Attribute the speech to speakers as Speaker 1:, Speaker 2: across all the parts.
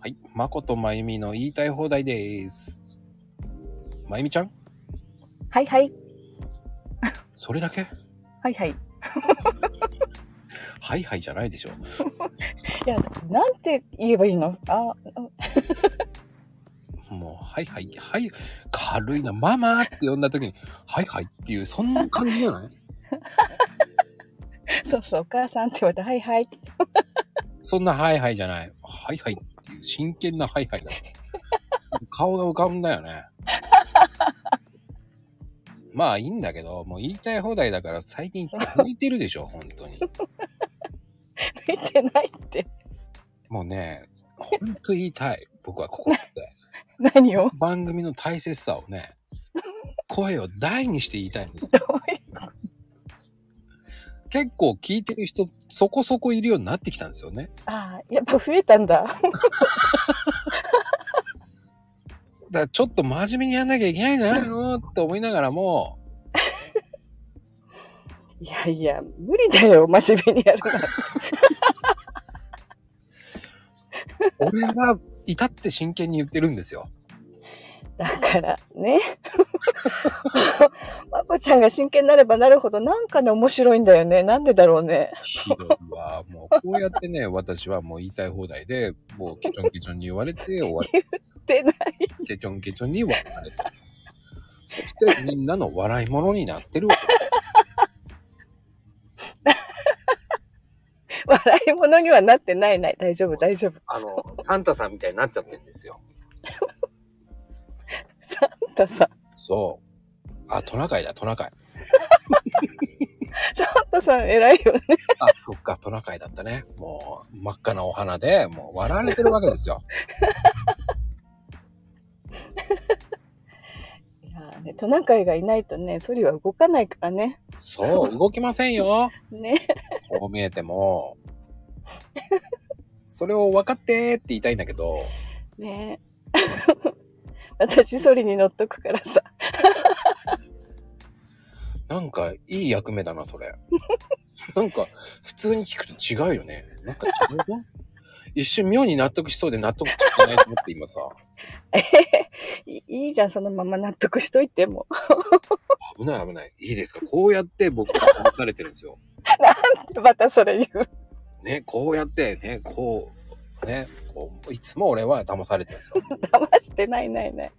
Speaker 1: はい。まことまゆみの言いたい放題です。まゆみちゃん
Speaker 2: はいはい。
Speaker 1: それだけ
Speaker 2: はいはい。い
Speaker 1: はいはいじゃないでしょ。
Speaker 2: や、なんて言えばいいのあ、
Speaker 1: もう、はいはい、はい、軽いな、ママって呼んだ時に、はいはいっていう、そんな感じじゃない
Speaker 2: そうそう、お母さんって言われて、はいはい。
Speaker 1: そんなはいはいじゃない。はいはいっていう真剣なはいはいだ。顔が浮かんだよね。 まあいいんだけど、もう言いたい放題だから最近抜いてるでしょ、本当に。
Speaker 2: ついてないって。
Speaker 1: もうね、本当言いたい。僕はここで
Speaker 2: 何を
Speaker 1: 番組の大切さをね、声を大にして言いたいんです。
Speaker 2: どういう
Speaker 1: 結構聞いてる人そこそこいるようになってきたんですよね。
Speaker 2: ああ、やっぱ増えたんだ。
Speaker 1: だからちょっと真面目にやんなきゃいけないんじゃないのって思いながらも、
Speaker 2: いやいや、無理だよ、真面目にやるなんて。
Speaker 1: 俺は至って真剣に言ってるんですよ。
Speaker 2: だから、ね。 まこちゃんが真剣になればなるほど、なんかね、面白いんだよね。なんでだろうね。
Speaker 1: ひどいわ。もうこうやってね、私はもう言いたい放題で、もうケチョンケチョンに言われて、終わり、
Speaker 2: でない。
Speaker 1: ケチョンケチョンに笑われて。そしてみんなの笑い物になってるわけ。
Speaker 2: 笑い物にはなってないない。大丈夫、大丈夫。
Speaker 1: あの、サンタさんみたいになっちゃってるんですよ。
Speaker 2: サンタさん。
Speaker 1: そう。あ、トナカイだ、トナカイ。
Speaker 2: サンタさん偉いよね。
Speaker 1: あ、そっか、トナカイだったね。もう、真っ赤なお花で、もう笑われてるわけですよ。
Speaker 2: いやーね、トナカイがいないとね、ソリは動かないからね。
Speaker 1: そう、動きませんよ。
Speaker 2: ね。
Speaker 1: こう見えても。それを分かってって言いたいんだけど、
Speaker 2: ね え私ソリに乗っとくからさ
Speaker 1: なんかいい役目だな、それ。なんか普通に聞くと違うよね。なんか違うよ。一瞬妙に納得しそうで納得してないと思って今さ、
Speaker 2: いいいじゃんそのまま納得しといても
Speaker 1: 危ない危ない。いいですかこうやって僕が騙されてるんですよ。
Speaker 2: またそれ言う
Speaker 1: ね、こうやって、ね、こう、ね、こういつも俺は騙されてるんですよ。
Speaker 2: 騙してないないない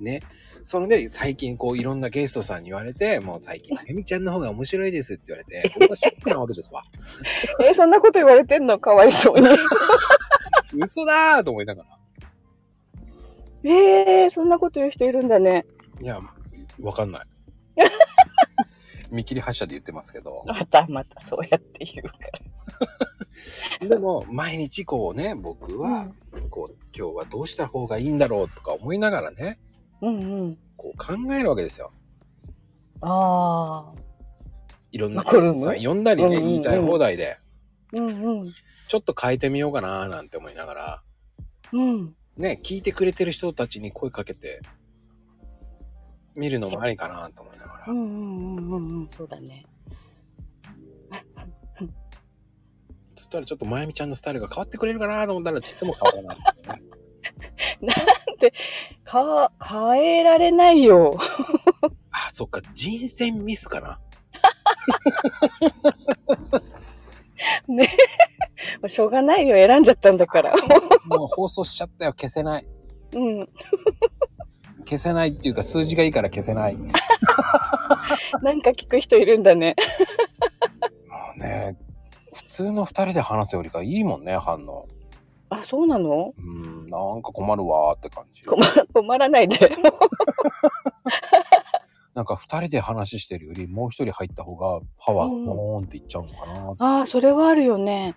Speaker 1: ね。それで、最近こういろんなゲストさんに言われて、もう最近、めみちゃんの方が面白いですって言われて、僕はショックなわけですわ。
Speaker 2: えそんなこと言われてんのかわいそうに
Speaker 1: 嘘だーと思いながら。
Speaker 2: えー、そんなこと言う人いるんだね
Speaker 1: いや、わかんない。 見切り発車で言ってますけど。
Speaker 2: またまたそうやって言うか
Speaker 1: でも、毎日こうね、僕は、こう、今日はどうした方がいいんだろうとか思いながらね、
Speaker 2: らうんうん
Speaker 1: こう考えるわけですよ。
Speaker 2: ああ
Speaker 1: いろんな
Speaker 2: わ
Speaker 1: ゲ
Speaker 2: かる
Speaker 1: ストさん呼んだり
Speaker 2: うんう
Speaker 1: ね、
Speaker 2: んうん
Speaker 1: 言いたい放題で、
Speaker 2: うんうん
Speaker 1: ちょっと変えてみようかなーなんて思いながら、
Speaker 2: うん
Speaker 1: ね、聞いてくれてる人たちに声かけて、見るのもありかなと思いなが
Speaker 2: う
Speaker 1: ら。
Speaker 2: んうんうんうんうんそうだね
Speaker 1: つったらちょっとまゆみちゃんのスタイルが変わってくれるかなと思ったら、ちっとも変わらない、
Speaker 2: か変えられないよ
Speaker 1: あ、そっか、人選ミスかな。
Speaker 2: しょうがないよ選んじゃったんだから
Speaker 1: もう放送しちゃったよ、消せない。
Speaker 2: うん
Speaker 1: 消せないっていうか数字がいいから消せない。も
Speaker 2: なんか聞く人いるんだね
Speaker 1: うね、普通の二人で話すよりかいいもんね、反応。
Speaker 2: あそうなの
Speaker 1: うん、なんか困るわーって感じ。
Speaker 2: 困困らないで。
Speaker 1: なんか二人で話してるよりもう一人入った方がパワーがボーンっていっちゃうのかな。
Speaker 2: ああ、それはあるよね。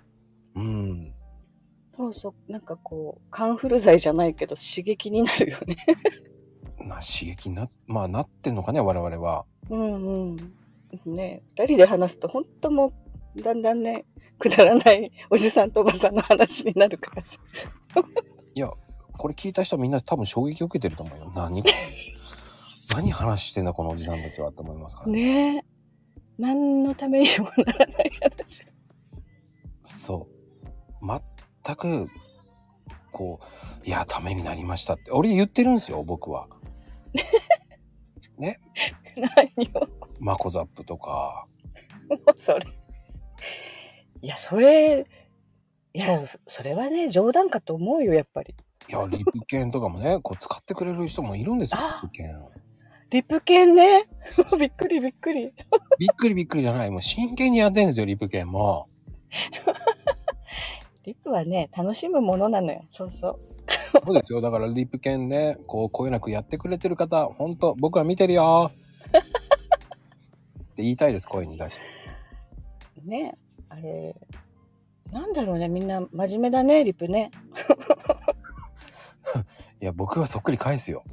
Speaker 1: うん。
Speaker 2: そうそう。なんかこう、カンフル剤じゃないけど、刺激になるよね。
Speaker 1: な刺激にな、まあなってんのかね、我々は。
Speaker 2: うんうん。ね二人で話すと、本当もう、だんだんね、くだらないおじさんとおばさんの話になるからさ。
Speaker 1: これ聞いた人みんな多分衝撃を受けてると思うよ。何 何話してんだこのおじさんたちはって思いますから、ね、
Speaker 2: ねえ。何のためにもならない話。
Speaker 1: そう。全くこう、いや、ためになりましたって。俺言ってるんですよ、僕は。
Speaker 2: 何を
Speaker 1: マコザップとか。
Speaker 2: それいやそれいやそれはね冗談かと思うよやっぱり
Speaker 1: いや、リプケンとかもね、こう使ってくれる人もいるんですよ、
Speaker 2: あ
Speaker 1: リプケン。
Speaker 2: リプ犬ね びっくりびっくり
Speaker 1: びっくりびっくりじゃない。もう真剣にやってんですよ、リプケンも。
Speaker 2: リプはね楽しむものなのよそうそう
Speaker 1: そうですよ。だからリプケンね、こう、声なくやってくれてる方、ほんと、僕は見てるよ。 って言いたいです、声に出して。
Speaker 2: ねあれなんだろうねみんな真面目だねリプね
Speaker 1: いや、僕はそっくり返すよ。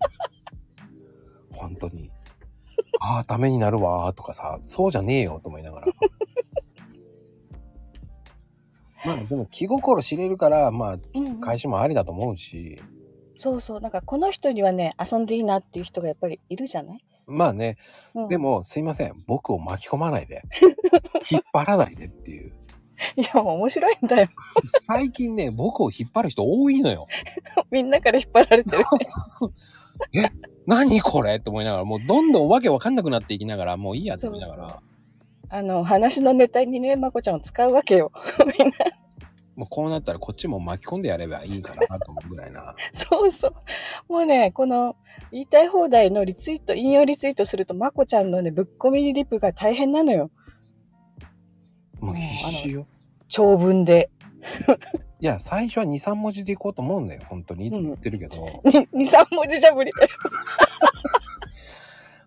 Speaker 1: 本当に。ああ、ためになるわーとかさ、そうじゃねえよと思いながら。 まあでも気心知れるから、まあ
Speaker 2: うんうん
Speaker 1: 返しもありだと思うし、
Speaker 2: そうそうなんかこの人にはね遊んでいいなっていう人がやっぱりいるじゃない、
Speaker 1: まあね、
Speaker 2: うん
Speaker 1: でもすいません、僕を巻き込まないで、引っ張らないでっていう。
Speaker 2: いやもう面白いんだよ
Speaker 1: 最近ね、僕を引っ張る人多いのよ。
Speaker 2: みんなから引っ張られて
Speaker 1: そう
Speaker 2: る
Speaker 1: そうそう。え、何これって思いながら、もうどんどんわけわかんなくなっていきながら、もういいやって思いながら。
Speaker 2: そうあの話のネタにねまこちゃんを使うわけよみんな
Speaker 1: もうこうなったらこっちも巻き込んでやればいいからなと思うぐらい な。
Speaker 2: そうそうもうねこの言いたい放題のリツイート引用リツイートするとまこちゃんのねぶっ込みリプが大変なのよ
Speaker 1: もう必死よ。
Speaker 2: 長文で
Speaker 1: いや、最初は2、3文字でいこうと思うんだよ。本当に。いつも言ってるけど。
Speaker 2: 23文字じゃ無理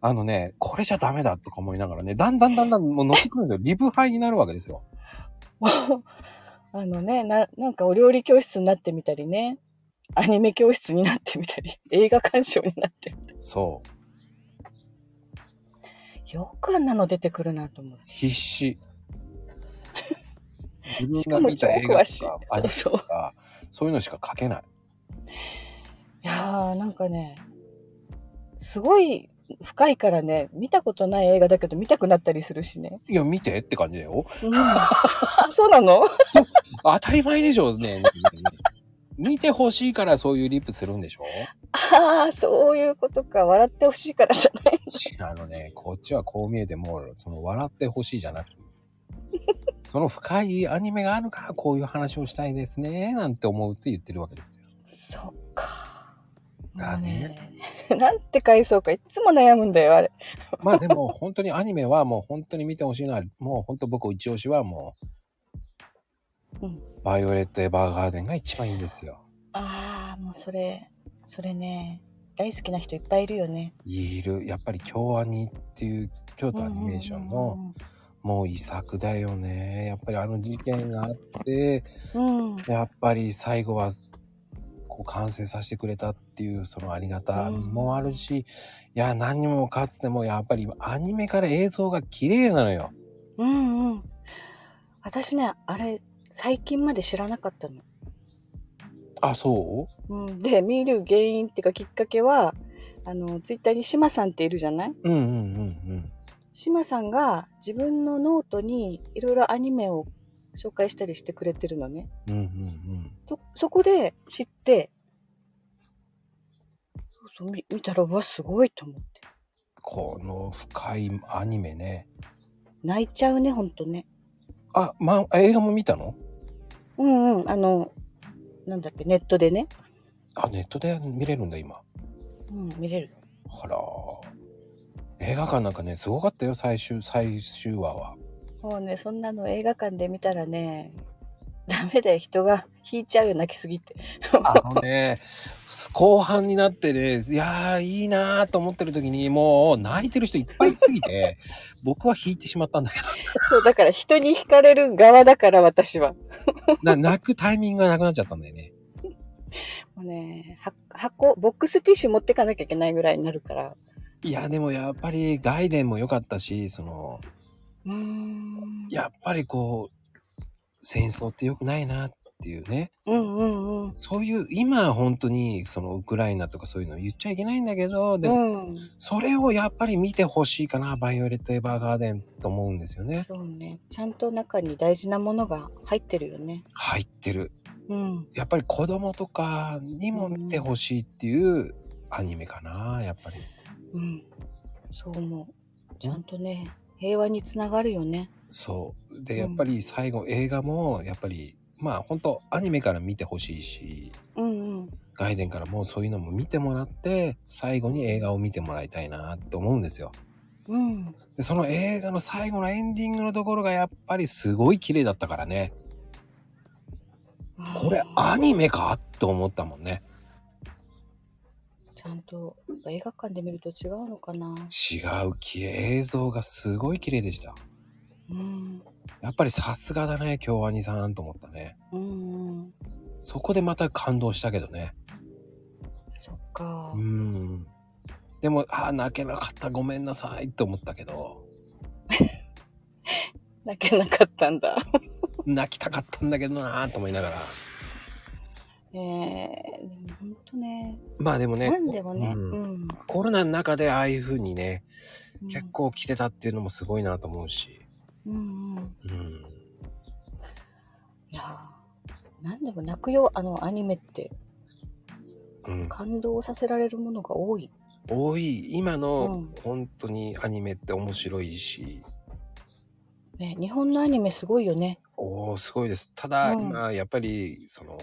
Speaker 1: あのね、これじゃダメだとか思いながらね、だんだんだんだんもう乗ってくるんですよ。リブハイになるわけですよ。
Speaker 2: あのねな、なんかお料理教室になってみたりね、アニメ教室になってみた り、映画鑑賞になってみた
Speaker 1: そう。
Speaker 2: り。よくあんなの出てくるなと思う。
Speaker 1: 必死。自 分
Speaker 2: しか
Speaker 1: が
Speaker 2: も
Speaker 1: 見
Speaker 2: 超
Speaker 1: た映画
Speaker 2: 詳しい
Speaker 1: とか、アニ。メと
Speaker 2: そうそう。
Speaker 1: か、そういうのしか書けない。
Speaker 2: いやー、なんかね、すごい深いからね、見たことない映画だけど見たくなったりするしね。
Speaker 1: いや、見てって感じだよ。
Speaker 2: うん、あ、 そうなの
Speaker 1: 当たり前でしょ、ね。見てほしいからそういうリップするんでしょ
Speaker 2: ああ、そういうことか。笑ってほしいからじゃない。
Speaker 1: しあのね、こっちはこう見えてもう、その笑ってほしいじゃなく、その深いアニメがあるからこういう話をしたいですね、なんて思うって言ってるわけですよ。
Speaker 2: そっか。
Speaker 1: だね
Speaker 2: もうね。なんて回想か、いつも悩むんだよ、あれ。
Speaker 1: まあでも本当にアニメはもう本当に見てほしいのは、もう本当僕一押しはもう、
Speaker 2: うん
Speaker 1: バイオレット・エヴァーガーデンが一番いいんですよ。
Speaker 2: ああもうそれそれね大好きな人いっぱいいるよね
Speaker 1: いる、やっぱり京アニっていう京都アニメーションのもう遺作だよね。やっぱりあの事件があって、
Speaker 2: うんうん
Speaker 1: やっぱり最後はこう完成させてくれたっていうそのありがたみもあるし、いや何にもかつてもやっぱりアニメから映像が綺麗なのよ。
Speaker 2: うんうん私ねあれ最近まで知らなかったの、
Speaker 1: あそう
Speaker 2: うん、で見る原因っていうかきっかけはあのツイッターに志麻さんっているじゃない
Speaker 1: うんうんうん
Speaker 2: 志麻さんが自分のノートにいろいろアニメを紹介したりしてくれてるのね
Speaker 1: うん。うんうん
Speaker 2: そそこで知ってそうそう見見たらうわすごいと思って
Speaker 1: この深いアニメね。
Speaker 2: 泣いちゃうねほんとね
Speaker 1: あ、まあ、映画も見たの
Speaker 2: うんうん、あの、なんだっけ、ネットでね、
Speaker 1: あ、ネットで見れるんだ今。
Speaker 2: うん、見れる。
Speaker 1: あら。映画館なんかね、すごかったよ、最終、最終話は。
Speaker 2: もうね、そんなの映画館で見たらね、ダメだよ、人が引いちゃうよ、泣きすぎて。
Speaker 1: あのね、後半になってね、いやー、いいなーと思ってる時に、もう泣いてる人いっぱいいすぎ て、僕は引いてしまったんだけ
Speaker 2: そう、だから人に惹かれる側だから、私は。
Speaker 1: ど、な泣くタイミングがなくなっちゃったんだよね。
Speaker 2: もうね、は箱、ボックスティッシュ持ってかなきゃいけないぐらいになるから。
Speaker 1: いや、でもやっぱりガイデンも良かったし、その、
Speaker 2: うーん。
Speaker 1: やっぱりこう、戦争って良くないなっっていうね。
Speaker 2: うんうんうん。
Speaker 1: そういう、今本当にそのウクライナとかそういうの言っちゃいけないんだけど、でも
Speaker 2: うん、
Speaker 1: それをやっぱり見てほしいかな、バイオレット・エヴァーガーデンと思うんですよね。
Speaker 2: そうね。ちゃんと中に大事なものが入ってるよね。
Speaker 1: 入ってる。
Speaker 2: うん。
Speaker 1: やっぱり子供とかにも見てほしいっていうアニメかな、やっぱり。
Speaker 2: うん。そう思う。ちゃんとね、平和につながるよね。
Speaker 1: そう。
Speaker 2: う
Speaker 1: で、
Speaker 2: ん
Speaker 1: やっぱり最後映画も、やっぱり、まあ本当アニメから見てほしいし、
Speaker 2: うんうん。
Speaker 1: ガイデンからもうそういうのも見てもらって、最後に映画を見てもらいたいなと思うんですよ。
Speaker 2: うん。
Speaker 1: で、その映画の最後のエンディングのところがやっぱりすごい綺麗だったからね。これアニメかと思ったもんね。
Speaker 2: ちゃんとやっぱ映画館で見ると違うのかな。
Speaker 1: 違うき映像がすごい綺麗でした。
Speaker 2: うん。
Speaker 1: やっぱりさすがだね、京アニさんと思ったね。
Speaker 2: うんうん。
Speaker 1: そこでまた感動したけどね。
Speaker 2: そっか
Speaker 1: う。ん。でも、ああ、泣けなかった、ごめんなさいと思ったけど、
Speaker 2: 泣けなかったんだ。
Speaker 1: 泣きたかったんだけどなーと思いながら。
Speaker 2: ええでも本当ね。
Speaker 1: まあでもね、
Speaker 2: なんでもね。
Speaker 1: う
Speaker 2: うんん。
Speaker 1: コロナの中でああいう風にね、結構来てたっていうのもすごいなと思うし。
Speaker 2: うん。うんうん。
Speaker 1: うん。
Speaker 2: いやー、なんでも泣くよ。あのアニメって
Speaker 1: うん、
Speaker 2: 感動させられるものが多い。
Speaker 1: 多い、今の
Speaker 2: う
Speaker 1: 本当にアニメって面白いし、
Speaker 2: ね、日本のアニメすごいよね。
Speaker 1: おおすごいです。ただ、
Speaker 2: うん
Speaker 1: 今やっぱりその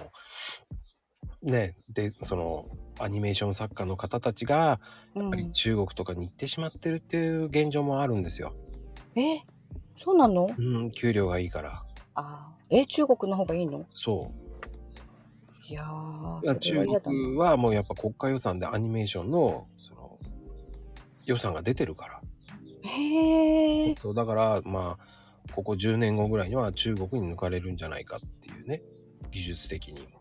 Speaker 1: ねでそのアニメーション作家の方たちが
Speaker 2: う
Speaker 1: やっ
Speaker 2: ん
Speaker 1: ぱ。り中国とかに行ってしまってるっていう現状もあるんですよ。
Speaker 2: え、そうなの？
Speaker 1: うん、給料がいいから。
Speaker 2: あー、え、中国の方がいいの？
Speaker 1: そ
Speaker 2: いや
Speaker 1: う。だから
Speaker 2: ー、それ
Speaker 1: 中
Speaker 2: は嫌だな。
Speaker 1: 国はもうやっぱ国家予算でアニメーションのその予算が出てるから。
Speaker 2: へえ。
Speaker 1: そうだからまあここ10年後ぐらいには中国に抜かれるんじゃないかっていうね技術的にも。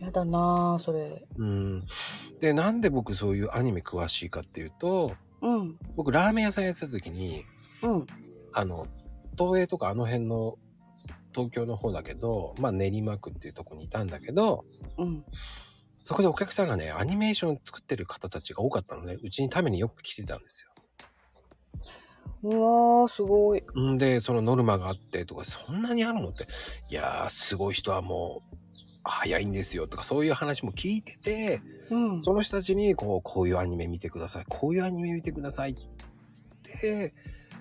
Speaker 2: やだなー、それ。
Speaker 1: うん、でなんで僕そういうアニメ詳しいかっていうと
Speaker 2: うん。
Speaker 1: 僕ラーメン屋さんやってた時に
Speaker 2: うん。
Speaker 1: あの東映とかあの辺の東京の方だけど、まあ、練馬区っていうとこにいたんだけど
Speaker 2: うん。
Speaker 1: そこでお客さんがねアニメーション作ってる方たちが多かったのでうちにためによく来てたんですよ。
Speaker 2: うわー、すごい。
Speaker 1: んでそのノルマがあってとかそんなにあるのっていやーすごい人はもう早いんですよとかそういう話も聞いてて。
Speaker 2: うん。
Speaker 1: その人たちにこう、こういうアニメ見てください、こういうアニメ見てくださいって、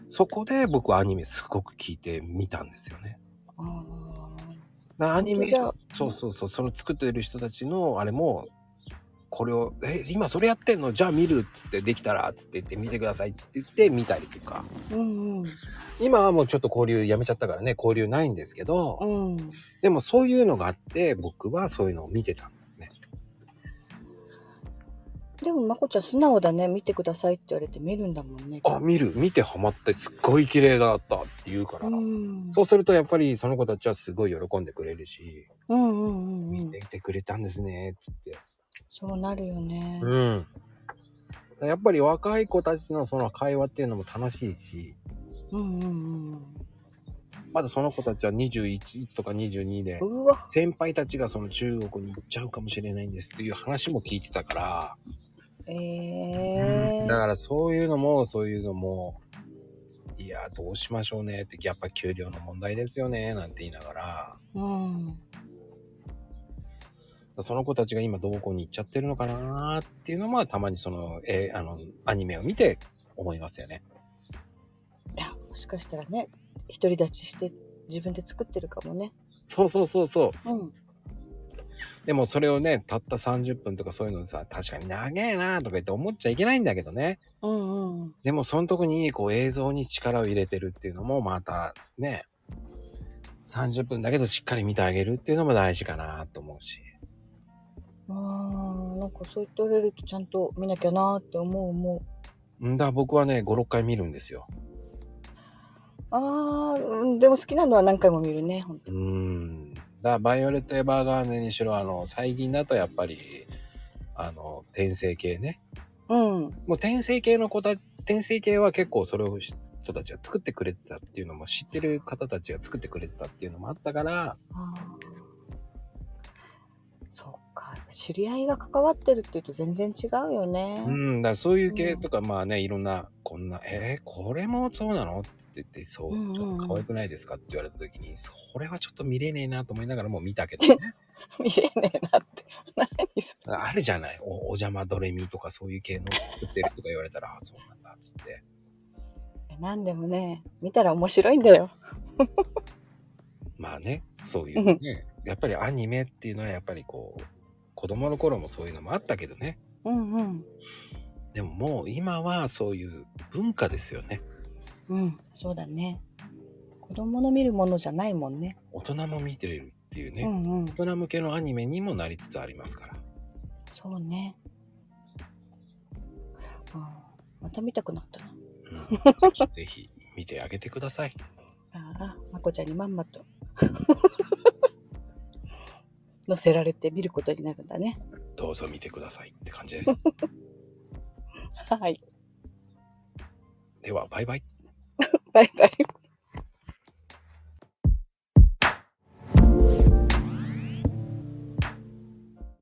Speaker 1: そこで僕はアニメすごく聞いてみたんですよね。
Speaker 2: あー
Speaker 1: なアニメ
Speaker 2: じゃあ、
Speaker 1: そうそうそう、その作ってる人たちのあれも、これを、え、今それやってんのじゃあ見るっつってできたらっつって言って見てくださいっつって言って見たりとか。
Speaker 2: うんうん。
Speaker 1: 今はもうちょっと交流やめちゃったからね、交流ないんですけど、
Speaker 2: うん。
Speaker 1: でもそういうのがあって、僕はそういうのを見てたんですね。
Speaker 2: でもまこちゃん素直だね見てくださいって言われて見るんだもんね。
Speaker 1: あ、見る、見てハマって、すっごい綺麗だったって言うから。
Speaker 2: うん。
Speaker 1: そうするとやっぱりその子たちはすごい喜んでくれるし、
Speaker 2: うんうんうんう
Speaker 1: 見
Speaker 2: ん
Speaker 1: て。きてくれたんですね、つって。
Speaker 2: そうなるよね。
Speaker 1: うん。やっぱり若い子たちのその会話っていうのも楽しいし、
Speaker 2: うんうん
Speaker 1: まだその子たちは21とか22で
Speaker 2: う、ん。うわ。
Speaker 1: 先輩たちがその中国に行っちゃうかもしれないんですっていう話も聞いてたから、
Speaker 2: ええ
Speaker 1: だからそういうのもそういうのも、いやーどうしましょうねって、やっぱ給料の問題ですよね、なんて言いながら、
Speaker 2: うん。
Speaker 1: その子たちが今どこに行っちゃってるのかなーっていうのもたまにその、えーあの、アニメを見て思いますよね。
Speaker 2: いやもしかしたらね独り立ちして自分で作ってるかもね。
Speaker 1: そうそうそうそ
Speaker 2: うん。
Speaker 1: う。でもそれをね、たった30分とかそういうのさ、確かに長えなーとか言って思っちゃいけないんだけどね。
Speaker 2: うんうん。
Speaker 1: でもそのとこにこう映像に力を入れてるっていうのもまたね、30分だけどしっかり見てあげるっていうのも大事かなと思うし。
Speaker 2: あーなんかそう言っておれるとちゃんと見なきゃなーって思う思う。
Speaker 1: んだ、僕はね、5、6回見るんですよ。
Speaker 2: あーうんでも好きなのは何回も見るね本当
Speaker 1: うーん。だバイオレット・エヴァーガーデンにしろ、あの、最近だとやっぱり、あの、転生系ね。
Speaker 2: うん。
Speaker 1: もう転生系の子た、転生系は結構それをし人たちが作ってくれてたっていうのも知ってる方たちが作ってくれてたっていうのもあったから、
Speaker 2: あーそうか知り合いが関わってるっていうと全然違うよね、
Speaker 1: うん、だからそういう系とか、まあね、いろんな、こんな、えーこれもそうなのって言って、そう、
Speaker 2: うんうん
Speaker 1: ちょっと可愛くないですかって言われた時に、それはちょっと見れねえなと思いながらもう見たけど ね。
Speaker 2: 見れねえなって何そ
Speaker 1: あるじゃないお、お邪魔ドレミとかそういう系の作ってるとか言われたら、あ、そうなんだ、つって。
Speaker 2: れ何でもね見たら面白いんだよ
Speaker 1: まあね、そういうね、やっぱりアニメっていうのはやっぱりこう、子供の頃もそういうのもあったけどね。
Speaker 2: うんうん
Speaker 1: でももう今はそういう文化ですよね。
Speaker 2: うんそうだね子供の見るものじゃないもんね
Speaker 1: 大人も見てるっていうね、
Speaker 2: うんうん
Speaker 1: 大人向けのアニメにもなりつつありますから。
Speaker 2: そうねあーまた見たくなったな
Speaker 1: うん、ぜひぜひ見てあげてください。
Speaker 2: ああまこちゃんにまんまと 乗せられて見ることになるんだね
Speaker 1: どうぞ見てくださいって感じです。
Speaker 2: はい
Speaker 1: では、バイバイ。
Speaker 2: バイバイ